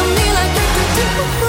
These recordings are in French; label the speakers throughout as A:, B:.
A: on me like do, do, do, do.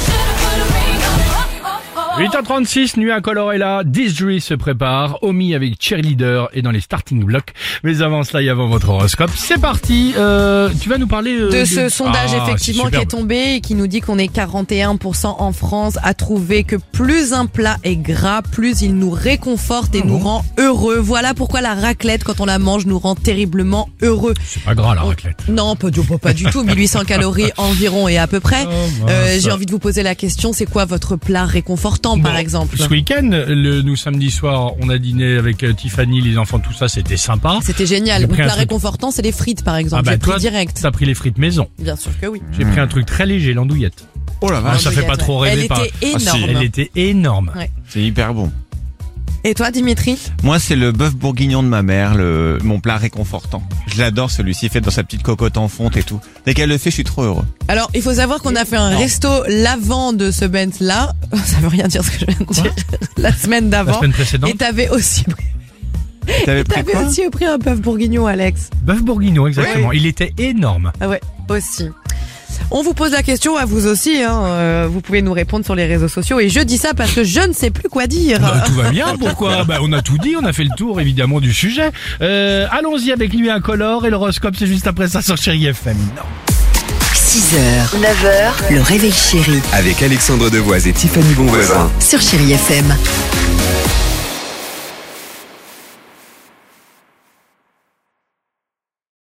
A: should've put a ring on it. Oh, oh, oh.
B: 8h36, Nuit à Colorella, Disney se prépare, Omi avec Cheerleader et dans les starting blocks. Mais avant cela et avant votre horoscope, c'est parti. Euh, tu vas nous parler euh,
C: de ce sondage
B: Ah,
C: effectivement
B: c'est
C: qui est
B: superbe.
C: tombé et qui nous dit qu'on est 41% en France à trouver que plus un plat est gras, plus il nous réconforte
B: Ah
C: et nous rend heureux. Voilà pourquoi la raclette, quand on la mange, nous rend terriblement heureux.
B: C'est pas
C: Oh.
B: gras la raclette.
C: Non, pas du, pas du tout. 1800 calories environ et à peu près.
B: Oh,
C: Euh,
B: mince.
C: J'ai envie de vous poser la question, c'est quoi votre plat réconfortant, par
B: Bon,
C: exemple
B: Ce week-end, le, nous samedi soir, on a dîné avec euh, Tiffany, les enfants, tout ça, c'était sympa.
C: C'était
B: J'ai
C: génial. Mon
B: pris un
C: plat
B: truc.
C: réconfortant, c'est les frites, par exemple.
B: Ah bah,
C: J'ai pris
B: toi,
C: direct.
B: T'as pris les frites maison.
C: Bien sûr que oui.
B: J'ai pris un truc très léger, l'andouillette.
D: Oh la
B: Ah, ça fait pas
C: L'andouillette,
B: trop
C: ouais.
B: rêver.
C: Elle
B: par-
C: était
D: Ah, si,
C: énorme. Ah,
B: Elle était énorme.
D: Ah, C'est hyper bon.
C: Et toi, Dimitri
D: Moi, c'est le bœuf bourguignon de ma mère, le, mon plat réconfortant. Je l'adore celui-ci, fait dans sa petite cocotte en fonte et tout. Dès qu'elle le fait, je suis trop heureux.
C: Alors, il faut savoir qu'on a fait un resto l'avant de ce Bent là. Ça veut rien dire ce que je viens de dire. La semaine
B: La
C: d'avant.
B: semaine précédente,
C: Et t'avais aussi,
D: Et T'avais pris
C: t'avais
D: quoi
C: aussi pris un bœuf bourguignon, Alex.
B: bœuf bourguignon, exactement. Il était énorme.
C: Ah ouais, aussi. On vous pose la question à vous aussi. Hein. Euh, Vous pouvez nous répondre sur les réseaux sociaux. Et je dis ça parce que je ne sais plus quoi dire.
B: Bah, tout va bien, pourquoi bah, On a tout dit, on a fait le tour évidemment du sujet. Euh, Allons-y avec Nuit Incolore et l'horoscope, c'est juste après ça sur Chéri FM.
E: 6h, 9h, le réveil chéri
F: Avec Alexandre Devoise et Tiffany Bonvoisin.
E: sur Chérie FM.